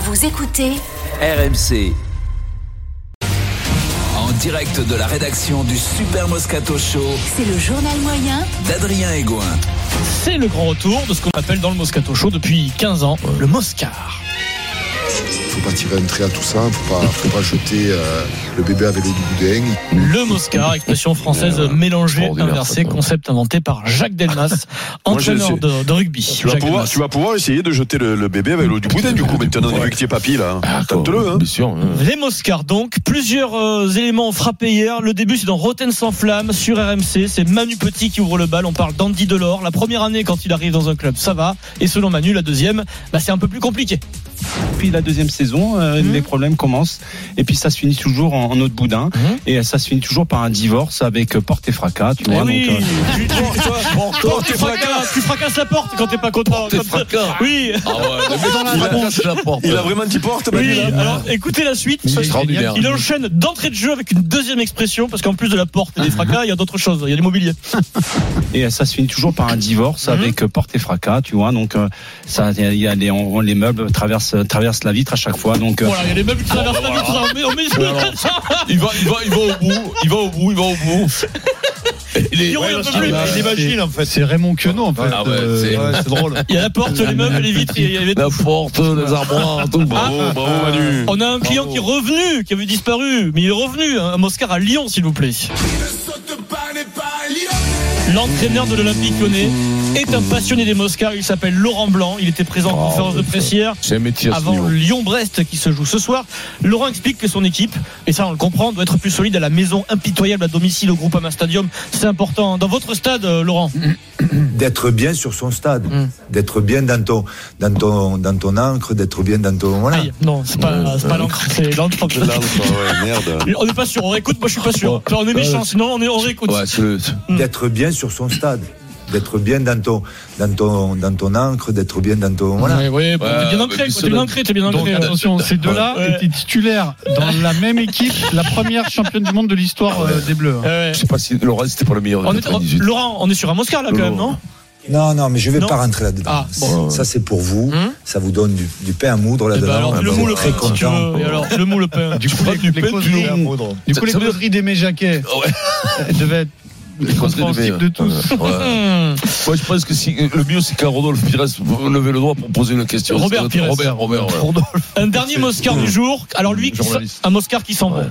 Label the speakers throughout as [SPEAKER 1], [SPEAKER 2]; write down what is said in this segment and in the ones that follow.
[SPEAKER 1] Vous écoutez
[SPEAKER 2] RMC. En direct de la rédaction du Super Moscato Show
[SPEAKER 1] C'est le journal moyen
[SPEAKER 2] d'Adrien Egoin.
[SPEAKER 3] C'est le grand retour de ce qu'on appelle dans le Moscato Show depuis 15 ans le Moscar.
[SPEAKER 4] faut pas tirer un trait à tout ça, faut pas, faut pas jeter euh, le bébé avec l'eau du boudin.
[SPEAKER 3] Le Moscar, expression française mélangée,
[SPEAKER 5] Euh, extraordinaire,
[SPEAKER 3] inversée,
[SPEAKER 5] ça.
[SPEAKER 3] concept inventé par Jacques Delmas,
[SPEAKER 5] Moi, je
[SPEAKER 3] entraîneur
[SPEAKER 5] sais.
[SPEAKER 3] de, de rugby.
[SPEAKER 5] Tu vas,
[SPEAKER 3] Jacques
[SPEAKER 5] pouvoir,
[SPEAKER 3] Delmas.
[SPEAKER 5] tu vas pouvoir essayer de jeter le, le bébé avec l'eau du boudin, du
[SPEAKER 6] Ah,
[SPEAKER 5] coup, maintenant, vu que tu es papy, là. hein. Tente-le, hein.
[SPEAKER 7] Bien sûr. hein.
[SPEAKER 3] Les Moscars, donc, plusieurs euh, éléments ont frappé hier. Le début, c'est dans Rotten sans flamme sur RMC. C'est Manu Petit qui ouvre le bal. On parle d'Andy Delors. La première année, quand il arrive dans un club, ça va. Et selon Manu, la deuxième, bah, c'est un peu plus compliqué.
[SPEAKER 8] Puis la deuxième saison, euh,
[SPEAKER 3] Mhm.
[SPEAKER 8] les problèmes commencent. Et puis ça se finit toujours en, en autre boudin.
[SPEAKER 9] Mhm.
[SPEAKER 8] Et ça se finit toujours par un divorce avec euh, porte et fracas,
[SPEAKER 9] Eh
[SPEAKER 8] tu vois. donc, euh,
[SPEAKER 3] tu, tu fracasses, tu fracasses la porte quand t'es pas content.
[SPEAKER 7] T'es
[SPEAKER 3] Comme ça.
[SPEAKER 7] fracas.
[SPEAKER 3] Oui.
[SPEAKER 7] Ah ouais, le mec, il a cassé la porte.
[SPEAKER 5] Il a vraiment t'y porte, Manu,
[SPEAKER 3] Oui,
[SPEAKER 5] là
[SPEAKER 3] alors écoutez la suite.
[SPEAKER 7] C'est extraordinaire.
[SPEAKER 3] Il enchaîne d'entrée de jeu avec une deuxième expression, parce qu'en plus de la porte et des fracas, il y a d'autres choses, il y a l'immobilier.
[SPEAKER 8] et euh, ça se finit toujours par un divorce
[SPEAKER 3] Mhm.
[SPEAKER 8] avec euh, porte et fracas, tu vois. Donc euh, ça, il y a- il y a les, on- les meubles traversent, traversent la vitre à chaque fois. Donc euh,
[SPEAKER 3] Voilà, il y a les meubles qui traversent la vitre, on met- on met
[SPEAKER 7] Alors, Il va, il va, il va au bout, il va au bout, il va au bout. Il est-
[SPEAKER 3] Il roule un peu
[SPEAKER 7] ah
[SPEAKER 3] plus.
[SPEAKER 7] bah,
[SPEAKER 3] Il
[SPEAKER 9] J'imagine en fait. C'est Raymond Queneau en fait.
[SPEAKER 7] Ah ouais,
[SPEAKER 9] Euh,
[SPEAKER 7] c'est-
[SPEAKER 9] ouais, c'est drôle.
[SPEAKER 3] Il y a la porte, les meubles, les vitres, il y avait
[SPEAKER 7] La porte, les armoires, tout.
[SPEAKER 5] Bravo, Oh, bravo,
[SPEAKER 6] Ah.
[SPEAKER 5] Manu.
[SPEAKER 3] On a un client qui est revenu, qui avait disparu, mais il est revenu, hein, un Moscar à Lyon, s'il vous plaît. L'entraîneur de l'Olympique lyonnais est un passionné des Moscars, il s'appelle Laurent Blanc, il était présent en
[SPEAKER 7] Oh,
[SPEAKER 3] conférence de
[SPEAKER 7] putain.
[SPEAKER 3] pressière
[SPEAKER 7] C'est un métier à ce
[SPEAKER 3] avant
[SPEAKER 7] niveau.
[SPEAKER 3] Lyon-Brest qui se joue ce soir. Laurent explique que son équipe, et ça on le comprend, doit être plus solide à la maison, impitoyable à domicile au Groupama Stadium. C'est important. Dans votre stade, euh, Laurent
[SPEAKER 10] d'être bien sur son stade,
[SPEAKER 3] Mm.
[SPEAKER 10] d'être bien dans ton, dans ton, dans ton encre, d'être bien dans ton, voilà.
[SPEAKER 3] Aïe, Non, c'est pas, c'est pas l'encre, c'est l'encre.
[SPEAKER 5] Là, ouais, merde.
[SPEAKER 3] On n'est pas sûr, on réécoute, moi je suis pas sûr. Enfin, on est méchant, sinon on, est, on réécoute.
[SPEAKER 7] Ouais, c'est le.
[SPEAKER 3] Mm.
[SPEAKER 10] d'être bien sur son stade, d'être bien dans ton, dans ton, dans ton encre, d'être bien dans ton, voilà.
[SPEAKER 3] Ouais, ouais, bah, bon, t'es bien
[SPEAKER 7] Ouais,
[SPEAKER 3] ancré,
[SPEAKER 7] mais
[SPEAKER 3] quoi, t'es bien
[SPEAKER 7] cela-
[SPEAKER 3] ancré, t'es bien
[SPEAKER 9] Donc
[SPEAKER 3] ancré.
[SPEAKER 9] attention, ces deux-là
[SPEAKER 3] Ouais.
[SPEAKER 9] étaient titulaires dans la même équipe, la première championne du monde de l'histoire euh, des Bleus.
[SPEAKER 3] Ouais, ouais.
[SPEAKER 7] Je sais pas si Laurent, c'était pas le meilleur.
[SPEAKER 3] On
[SPEAKER 7] de
[SPEAKER 3] est-
[SPEAKER 7] 98.
[SPEAKER 3] Laurent, on est sur un Moscar là quand même, non
[SPEAKER 10] Non, non, mais je vais
[SPEAKER 3] Non.
[SPEAKER 10] pas rentrer là-dedans.
[SPEAKER 3] Ah,
[SPEAKER 7] bon.
[SPEAKER 10] Ça, c'est pour vous.
[SPEAKER 3] Mm.
[SPEAKER 10] Ça vous donne du, du pain à moudre
[SPEAKER 3] Eh ben,
[SPEAKER 10] là-dedans.
[SPEAKER 3] Alors,
[SPEAKER 10] Ah,
[SPEAKER 3] le
[SPEAKER 10] bah,
[SPEAKER 3] moule au
[SPEAKER 10] très
[SPEAKER 3] pain, si tu
[SPEAKER 10] content.
[SPEAKER 3] veux. Et alors, le moule au pain.
[SPEAKER 9] Du coup,
[SPEAKER 7] crois
[SPEAKER 9] les,
[SPEAKER 7] que tu
[SPEAKER 9] les
[SPEAKER 7] pètes
[SPEAKER 9] causeries-
[SPEAKER 7] du-
[SPEAKER 9] du coup, les
[SPEAKER 7] Ça veut dire-
[SPEAKER 9] causeries des Méjaquets
[SPEAKER 7] Ouais.
[SPEAKER 9] elles devaient être
[SPEAKER 7] Les causeries de
[SPEAKER 9] compréhensibles
[SPEAKER 7] meilleurs.
[SPEAKER 9] de tous.
[SPEAKER 7] Ouais.
[SPEAKER 3] Hmm.
[SPEAKER 7] Moi, je pense que si, le mieux, c'est qu'un Rodolphe Pires levez le doigt pour poser une question.
[SPEAKER 3] Robert Pires.
[SPEAKER 7] Robert, Robert. ouais.
[SPEAKER 3] Un dernier Moscar du jour. Alors lui, qui sent-
[SPEAKER 7] Journaliste.
[SPEAKER 3] un Moscar qui sent
[SPEAKER 7] Ouais.
[SPEAKER 3] bon.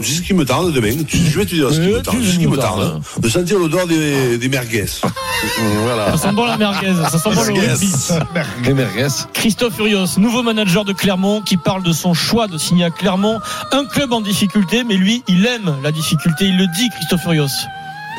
[SPEAKER 6] C'est ce qui me tarde demain. Tu- Je vais te dire ce qui
[SPEAKER 7] Euh,
[SPEAKER 6] me tarde.
[SPEAKER 7] tu
[SPEAKER 6] Ce qui
[SPEAKER 7] nous
[SPEAKER 6] me
[SPEAKER 7] tardes,
[SPEAKER 6] tarde. hein. De sentir l'odeur des, des merguez.
[SPEAKER 5] Voilà.
[SPEAKER 3] Ça sent bon la merguez, ça sent bon le
[SPEAKER 6] Merguez.
[SPEAKER 3] rugby.
[SPEAKER 7] Les merguez.
[SPEAKER 3] Christophe Furios, nouveau manager de Clermont, qui parle de son choix de signer à Clermont. Un club en difficulté, mais lui, il aime la difficulté. Il le dit, Christophe Furios.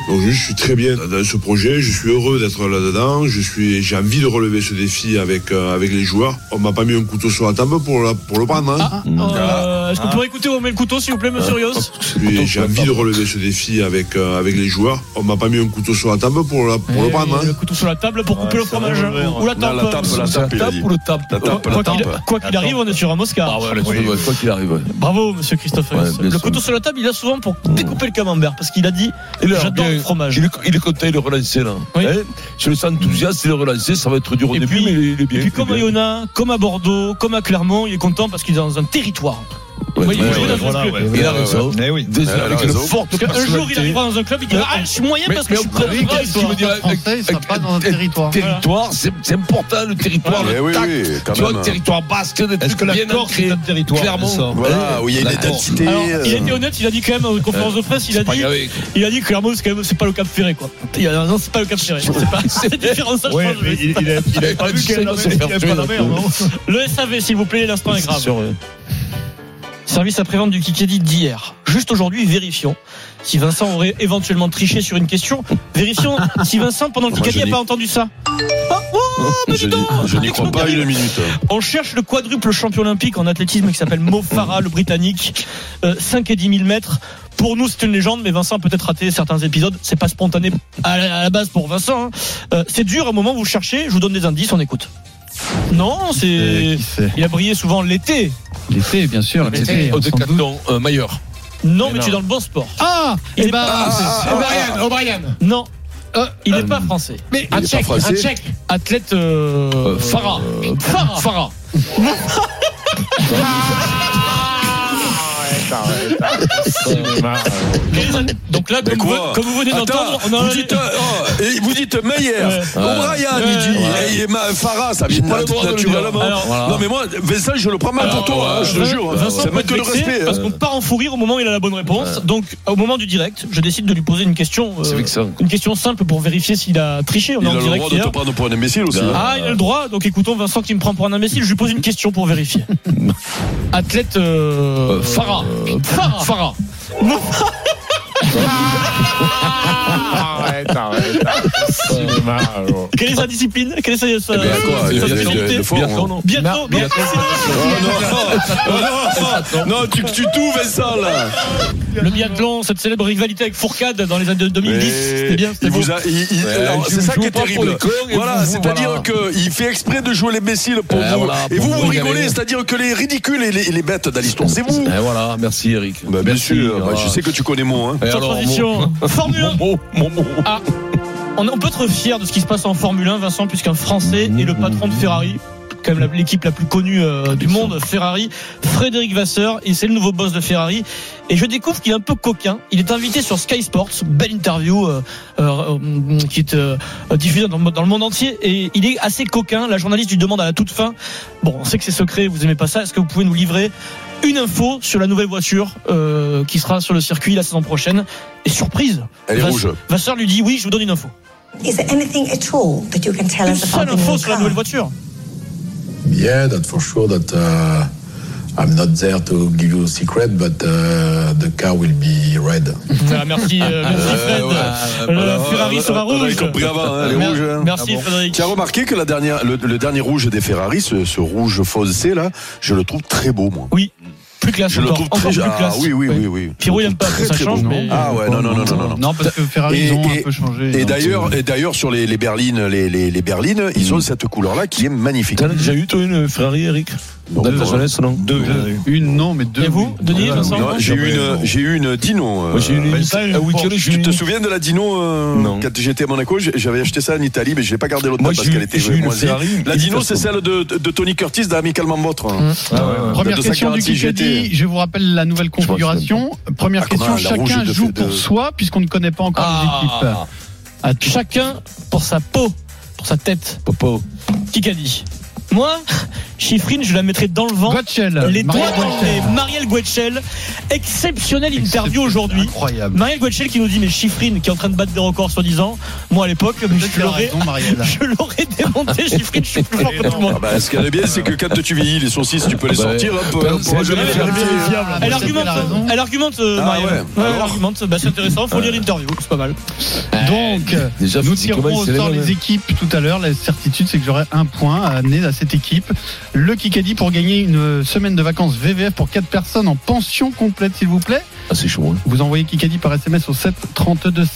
[SPEAKER 6] Donc je suis très bien dans ce projet. Je suis heureux d'être là-dedans. Je suis, j'ai envie de relever ce défi avec euh, avec les joueurs. On m'a pas mis un couteau sur la table pour la- pour le prendre. hein.
[SPEAKER 3] Ah, euh, Est-ce qu'on pourrait écouter où on met le couteau, s'il vous plaît, monsieur Furios
[SPEAKER 6] Puis J'ai envie de relever ce défi avec euh, avec les joueurs. On m'a pas mis un couteau sur la table pour la, pour
[SPEAKER 5] Eh.
[SPEAKER 6] le prendre. hein.
[SPEAKER 3] Le couteau sur la table pour couper le fromage. Ou la
[SPEAKER 5] Non, la
[SPEAKER 3] tape.
[SPEAKER 5] tape, la
[SPEAKER 7] C'est la
[SPEAKER 5] tape, il a
[SPEAKER 7] tape
[SPEAKER 5] dit.
[SPEAKER 7] ou le tape
[SPEAKER 5] La tape,
[SPEAKER 3] Quoi qu'il- Quoi qu'il arrive, on est sur un Moscar.
[SPEAKER 7] Ah ouais, là, tu dois- quoi qu'il arrive. ouais.
[SPEAKER 3] Bravo, monsieur Christophe.
[SPEAKER 7] Ouais,
[SPEAKER 3] Hayes.
[SPEAKER 7] bien
[SPEAKER 3] le
[SPEAKER 7] sûr.
[SPEAKER 3] couteau sur la table, il a souvent pour découper le camembert parce qu'il a dit
[SPEAKER 7] Il a l'air
[SPEAKER 3] J'adore
[SPEAKER 7] bien.
[SPEAKER 3] le fromage.
[SPEAKER 7] Il est, il est content, il est relancé là.
[SPEAKER 3] Oui.
[SPEAKER 7] Hein je le sens enthousiaste, il est relancé, ça va être dur au
[SPEAKER 3] Et
[SPEAKER 7] début,
[SPEAKER 3] puis-
[SPEAKER 7] mais il est
[SPEAKER 3] Et
[SPEAKER 7] bien.
[SPEAKER 3] puis, comme
[SPEAKER 7] il
[SPEAKER 3] à
[SPEAKER 7] est bien.
[SPEAKER 3] Yona, comme à Bordeaux, comme à Clermont, il est content parce qu'il est dans un territoire.
[SPEAKER 7] Ouais,
[SPEAKER 3] Ouais, il
[SPEAKER 7] ouais,
[SPEAKER 3] joue dans un
[SPEAKER 7] ouais.
[SPEAKER 3] club.
[SPEAKER 7] Il a raison.
[SPEAKER 9] Mais Eh oui.
[SPEAKER 7] Désolé,
[SPEAKER 5] Ouais,
[SPEAKER 7] avec
[SPEAKER 5] il a
[SPEAKER 7] une
[SPEAKER 5] raison.
[SPEAKER 7] forte
[SPEAKER 3] Parce qu'un jour, il
[SPEAKER 7] personnalité.
[SPEAKER 3] arrivera dans un club, il dira Ah, je suis moyen
[SPEAKER 7] Mais-
[SPEAKER 3] parce que
[SPEAKER 7] mais
[SPEAKER 3] je suis
[SPEAKER 7] au Paris,
[SPEAKER 3] pas
[SPEAKER 7] qu'est-ce que tu veux dire
[SPEAKER 9] Le français, il sera pas dans un territoire.
[SPEAKER 7] Territoire, c'est c'est important le territoire,
[SPEAKER 5] Eh
[SPEAKER 7] le
[SPEAKER 5] oui,
[SPEAKER 7] tact.
[SPEAKER 5] oui, quand
[SPEAKER 7] tu vois,
[SPEAKER 5] même.
[SPEAKER 7] le territoire basque, des
[SPEAKER 9] Est-ce
[SPEAKER 7] trucs
[SPEAKER 9] que la
[SPEAKER 7] bien
[SPEAKER 9] Corse est
[SPEAKER 7] ancrés.
[SPEAKER 9] un territoire
[SPEAKER 7] Clairement.
[SPEAKER 5] Voilà, où il y a une
[SPEAKER 7] La Corse.
[SPEAKER 5] identité.
[SPEAKER 3] Alors,
[SPEAKER 5] euh,
[SPEAKER 3] il a été honnête, il a dit quand même en conférence de presse, il a
[SPEAKER 7] C'est pas
[SPEAKER 3] dit,
[SPEAKER 7] gavé.
[SPEAKER 3] il a dit que Clermont, c'est quand même, c'est pas le Cap Ferré, quoi. Il a, non, c'est pas le Cap Ferré. C'est pas, c'est différent, ça, je
[SPEAKER 9] Ouais,
[SPEAKER 3] pense,
[SPEAKER 9] mais
[SPEAKER 3] mais-
[SPEAKER 9] il, il a, il a pas vu
[SPEAKER 7] dit
[SPEAKER 9] qu'elle
[SPEAKER 7] ça,
[SPEAKER 9] avait-
[SPEAKER 7] c'est
[SPEAKER 9] qu'il
[SPEAKER 7] faire
[SPEAKER 9] avait pas
[SPEAKER 7] tuer,
[SPEAKER 9] la
[SPEAKER 7] là.
[SPEAKER 9] mer, hein. non
[SPEAKER 3] hein. Le SAV, s'il vous plaît, l'instant est grave.
[SPEAKER 7] Sur, euh,
[SPEAKER 3] Service après-vente du Kikedi d'hier. Juste aujourd'hui, vérifions si Vincent aurait éventuellement triché sur une question. Vérifions si Vincent, pendant le
[SPEAKER 5] Moi,
[SPEAKER 3] Kikedi,
[SPEAKER 5] je
[SPEAKER 3] n'a
[SPEAKER 5] dis-
[SPEAKER 3] pas entendu ça. Oh, oh, mais
[SPEAKER 5] Je
[SPEAKER 3] dis donc,
[SPEAKER 5] n'y- je n'y
[SPEAKER 3] Alex
[SPEAKER 5] crois pas
[SPEAKER 3] Mogherini.
[SPEAKER 5] une minute.
[SPEAKER 3] On cherche le quadruple champion olympique en athlétisme qui s'appelle Mo Farah, le britannique. Euh, 5 et 10 000 mètres. Pour nous, c'est une légende, mais Vincent a peut-être raté certains épisodes. C'est pas spontané à la, à la base pour Vincent. hein. Euh, c'est dur, au moment où vous cherchez, je vous donne des indices, on écoute. Non,
[SPEAKER 9] Euh,
[SPEAKER 3] c'est.
[SPEAKER 9] qui c'est
[SPEAKER 3] Il a brillé souvent l'été.
[SPEAKER 9] L'été, bien sûr. L'été,
[SPEAKER 7] Au
[SPEAKER 9] eh, on s'en doute.
[SPEAKER 7] décathlon, euh, Maillard.
[SPEAKER 3] Non, mais,
[SPEAKER 7] Mais non.
[SPEAKER 3] tu es dans le bon sport.
[SPEAKER 9] Ah
[SPEAKER 3] Il
[SPEAKER 9] Eh
[SPEAKER 3] est
[SPEAKER 9] ben,
[SPEAKER 3] pas-
[SPEAKER 7] O'Brien, O'Brien.
[SPEAKER 3] Non,
[SPEAKER 9] euh,
[SPEAKER 3] il n'est
[SPEAKER 5] Euh,
[SPEAKER 3] pas français.
[SPEAKER 7] Mais
[SPEAKER 5] Il est
[SPEAKER 7] un
[SPEAKER 5] pas
[SPEAKER 7] tchèque, un
[SPEAKER 5] français.
[SPEAKER 7] tchèque.
[SPEAKER 3] Athlète. euh,
[SPEAKER 7] Euh, Farah.
[SPEAKER 3] euh, Farah.
[SPEAKER 7] Farah.
[SPEAKER 3] Donc là,
[SPEAKER 5] Mais
[SPEAKER 3] comme vous,
[SPEAKER 5] quoi
[SPEAKER 3] comme vous venez
[SPEAKER 5] Attends,
[SPEAKER 3] d'entendre, on a
[SPEAKER 5] vous,
[SPEAKER 3] un-
[SPEAKER 5] dites, euh, oh, et vous dites Meyer,
[SPEAKER 3] Ouais.
[SPEAKER 5] O'Brien,
[SPEAKER 3] Ouais.
[SPEAKER 5] il dit,
[SPEAKER 3] Ouais.
[SPEAKER 5] et Ma- Farah, ça vient
[SPEAKER 7] pas le droit de le dire.
[SPEAKER 5] naturellement.
[SPEAKER 3] Alors,
[SPEAKER 7] voilà.
[SPEAKER 5] Non mais moi, Vincent, je le prends mal
[SPEAKER 3] Alors,
[SPEAKER 5] pour toi, hein, je te
[SPEAKER 3] Vin-
[SPEAKER 5] jure.
[SPEAKER 3] Euh, Vincent
[SPEAKER 5] C'est
[SPEAKER 3] peut
[SPEAKER 5] même que
[SPEAKER 3] être
[SPEAKER 5] le
[SPEAKER 3] vexé
[SPEAKER 5] respect. hein.
[SPEAKER 3] Parce qu'on part en fou rire au moment où il a la bonne réponse. Donc, au moment du direct, je décide de lui poser une question. euh,
[SPEAKER 7] C'est vexant.
[SPEAKER 3] une question simple pour vérifier s'il a triché. On est
[SPEAKER 5] Il a
[SPEAKER 3] en
[SPEAKER 5] le
[SPEAKER 3] direct
[SPEAKER 5] droit de
[SPEAKER 3] hier.
[SPEAKER 5] te prendre pour un imbécile aussi. hein.
[SPEAKER 3] Ah, il a le droit. Donc écoutons Vincent qui me prend pour un imbécile. Je lui pose une question pour vérifier. Athlète. euh,
[SPEAKER 7] Euh, Farah.
[SPEAKER 3] euh, Farah.
[SPEAKER 7] Farah.
[SPEAKER 3] Quelle est sa discipline Quelle est sa, sa,
[SPEAKER 5] Eh ben, quoi,
[SPEAKER 3] sa
[SPEAKER 5] il y a des-
[SPEAKER 3] spécialité
[SPEAKER 5] des- des forts,
[SPEAKER 3] Biathlon,
[SPEAKER 5] hein.
[SPEAKER 3] non. Biathlon, non,
[SPEAKER 5] Oh, non, non, oh, non, non, tu, tu tout Vincent là.
[SPEAKER 3] c'est- Le biathlon, cette célèbre rivalité avec Fourcade dans les années 2010. C'était bien, c'était
[SPEAKER 5] Il
[SPEAKER 3] beau.
[SPEAKER 5] vous a- il- il-
[SPEAKER 7] Ouais,
[SPEAKER 5] alors,
[SPEAKER 7] je
[SPEAKER 5] c'est ça
[SPEAKER 7] joue
[SPEAKER 5] qui est
[SPEAKER 7] pas pour les
[SPEAKER 5] terrible.
[SPEAKER 7] cons et
[SPEAKER 5] Voilà,
[SPEAKER 7] vous- vous-
[SPEAKER 5] c'est-à-dire
[SPEAKER 7] voilà.
[SPEAKER 5] qu'il fait exprès de jouer les l'imbécile pour
[SPEAKER 7] Eh,
[SPEAKER 5] vous.
[SPEAKER 7] voilà,
[SPEAKER 5] et
[SPEAKER 7] pour
[SPEAKER 5] vous, vous
[SPEAKER 7] vous
[SPEAKER 5] rigolez,
[SPEAKER 7] régaler.
[SPEAKER 5] c'est-à-dire que les ridicules et les, et les bêtes dans l'histoire, c'est vous.
[SPEAKER 7] Eh voilà, merci Eric.
[SPEAKER 5] Bah, bien
[SPEAKER 7] Merci,
[SPEAKER 5] sûr, bah,
[SPEAKER 7] voilà.
[SPEAKER 5] je sais que tu connais mon. Hein.
[SPEAKER 7] Et
[SPEAKER 3] Sans
[SPEAKER 7] alors,
[SPEAKER 3] transition. Formule 1.
[SPEAKER 7] Mon mot, mon mot.
[SPEAKER 3] On, on peut être fier de ce qui se passe en Formule 1, Vincent, puisqu'un Français est
[SPEAKER 5] Mmh,
[SPEAKER 3] le patron de Ferrari. Quand même la- l'équipe la plus connue euh, du monde, Ferrari, Frédéric Vasseur, et c'est le nouveau boss de Ferrari. Et je découvre qu'il est un peu coquin. Il est invité sur Sky Sports, belle interview euh, euh, euh, qui est euh, diffusée dans, le- dans le monde entier. Et il est assez coquin. La journaliste lui demande à la toute fin Bon, on sait que c'est secret, vous aimez pas ça. Est-ce que vous pouvez nous livrer une info sur la nouvelle voiture euh, qui sera sur le circuit la saison prochaine Et surprise,
[SPEAKER 5] Elle est
[SPEAKER 3] Vass-
[SPEAKER 5] rouge.
[SPEAKER 3] Vasseur lui dit Oui, je vous donne une info.
[SPEAKER 11] Is there anything at all that you can tell
[SPEAKER 3] Une
[SPEAKER 11] us
[SPEAKER 3] seule
[SPEAKER 11] about the new
[SPEAKER 3] info sur la
[SPEAKER 11] car?
[SPEAKER 3] nouvelle voiture.
[SPEAKER 10] Yeah, that for sure. That uh, I'm not there to give you a secret, but uh, the car will be red.
[SPEAKER 3] Ah, merci, euh, merci Fred. Le Ferrari sera
[SPEAKER 5] On avait
[SPEAKER 3] rouge.
[SPEAKER 5] compris avant, hein, elle est
[SPEAKER 3] Oh, Mer-
[SPEAKER 5] rouge. hein.
[SPEAKER 3] Merci Frédéric.
[SPEAKER 5] Tu as remarqué que la dernière, le, le dernier rouge des Ferrari, ce, ce rouge foncé là, je le trouve très beau moi.
[SPEAKER 3] Oui, plus classe
[SPEAKER 5] Je le
[SPEAKER 3] encore.
[SPEAKER 5] trouve
[SPEAKER 3] encore
[SPEAKER 5] très
[SPEAKER 3] plus
[SPEAKER 5] ah,
[SPEAKER 3] classe.
[SPEAKER 5] oui oui oui oui.
[SPEAKER 3] Pierrot, il
[SPEAKER 5] Je le
[SPEAKER 3] aime pas
[SPEAKER 5] trouve
[SPEAKER 3] que ça
[SPEAKER 5] très, très
[SPEAKER 3] change,
[SPEAKER 5] beau.
[SPEAKER 3] mais- euh,
[SPEAKER 5] Ah ouais non non non non non. non.
[SPEAKER 9] Non, parce que Ferrari,
[SPEAKER 5] Et-
[SPEAKER 9] ils ont
[SPEAKER 5] et-
[SPEAKER 9] un peu changé.
[SPEAKER 5] Et
[SPEAKER 9] Donc,
[SPEAKER 5] d'ailleurs, et d'ailleurs sur les, les berlines, les, les, les berlines, ils ont cette couleur-là qui est magnifique.
[SPEAKER 7] T'en as déjà eu, toi, une Ferrari, Eric
[SPEAKER 5] Non,
[SPEAKER 7] Dans
[SPEAKER 5] non,
[SPEAKER 7] ta jeunesse, non Deux. j'en ai eu.
[SPEAKER 9] euh, Une, non, mais deux.
[SPEAKER 3] Et vous,
[SPEAKER 9] oui.
[SPEAKER 3] Denis,
[SPEAKER 9] Ouais,
[SPEAKER 3] Vincent
[SPEAKER 9] ouais.
[SPEAKER 5] non, j'ai eu une, j'ai eu une Dino. euh,
[SPEAKER 7] Moi, j'ai eu une
[SPEAKER 5] ben,
[SPEAKER 7] Nissan,
[SPEAKER 3] euh,
[SPEAKER 7] un week-end, j'ai eu
[SPEAKER 5] tu
[SPEAKER 7] une-
[SPEAKER 5] te souviens de la Dino euh,
[SPEAKER 7] Non.
[SPEAKER 5] quand j'étais à Monaco j'ai- J'avais acheté ça en Italie, mais je l'ai pas gardé l'autre
[SPEAKER 7] Moi,
[SPEAKER 5] parce
[SPEAKER 7] j'ai
[SPEAKER 5] qu'elle
[SPEAKER 7] eu
[SPEAKER 5] était
[SPEAKER 7] j'ai eu une
[SPEAKER 5] moisie.
[SPEAKER 7] Ferrari.
[SPEAKER 5] La Dino, c'est celle de, de, de Tony Curtis d'Amicalement Votre. hein.
[SPEAKER 7] Ah ouais, ouais.
[SPEAKER 9] Première
[SPEAKER 5] de
[SPEAKER 9] question du
[SPEAKER 5] 246 GT.
[SPEAKER 9] Kikadi, je vous rappelle la nouvelle
[SPEAKER 7] que
[SPEAKER 9] configuration. Première
[SPEAKER 5] Ah, comment
[SPEAKER 9] question,
[SPEAKER 5] la rouge
[SPEAKER 9] chacun
[SPEAKER 5] de
[SPEAKER 9] joue
[SPEAKER 5] fait de-
[SPEAKER 9] pour soi puisqu'on ne connaît pas encore les équipes. À tout.
[SPEAKER 3] Ah. Chacun pour sa peau, pour sa tête.
[SPEAKER 7] Popo.
[SPEAKER 3] Qui qu'a dit Moi, Chiffrine, je la mettrai dans le vent.
[SPEAKER 9] Guatchel,
[SPEAKER 3] Les doigts
[SPEAKER 9] Maria
[SPEAKER 3] dans
[SPEAKER 9] Guatchel.
[SPEAKER 3] les Marielle Guetchel. Exceptionnelle interview aujourd'hui.
[SPEAKER 9] Incroyable.
[SPEAKER 3] Marielle Guetchel qui nous dit Mais Chiffrine qui est en train de battre des records soi-disant. Moi à l'époque,
[SPEAKER 9] Peut-être
[SPEAKER 3] je
[SPEAKER 9] qu'elle a
[SPEAKER 3] l'aurais.
[SPEAKER 9] raison, Marielle.
[SPEAKER 3] Je l'aurais démonté, Chiffrine, je suis plus fort que tout le monde.
[SPEAKER 5] Ah bah, ce qu'il y a de bien, c'est que quand tu vieillis, les saucisses, tu peux les
[SPEAKER 7] Bah,
[SPEAKER 5] sortir. Hop, on
[SPEAKER 7] c'est
[SPEAKER 5] pourra
[SPEAKER 7] la
[SPEAKER 5] jamais les
[SPEAKER 7] vérité.
[SPEAKER 5] vérifier.
[SPEAKER 9] Ah,
[SPEAKER 3] Elle
[SPEAKER 9] peut-être
[SPEAKER 3] argumente,
[SPEAKER 9] qu'elle a raison.
[SPEAKER 3] elle argumente, euh,
[SPEAKER 5] Ah
[SPEAKER 3] Marielle.
[SPEAKER 5] ouais, Euh.
[SPEAKER 3] Ouais,
[SPEAKER 5] alors.
[SPEAKER 3] elle argumente. Bah, c'est intéressant, faut lire l'interview, c'est pas mal.
[SPEAKER 9] Donc,
[SPEAKER 7] Déjà,
[SPEAKER 9] nous
[SPEAKER 7] physiquement,
[SPEAKER 9] tirerons au
[SPEAKER 7] il s'élève,
[SPEAKER 9] sort
[SPEAKER 7] ouais.
[SPEAKER 9] les équipes tout à l'heure. La certitude, c'est que j'aurai un point à amener à cette équipe. Le Kikadi pour gagner une semaine de vacances VVF pour 4 personnes en pension complète, s'il vous plaît.
[SPEAKER 7] Ah, c'est chaud, hein.
[SPEAKER 9] Vous envoyez Kikadi par SMS au 7 32 7.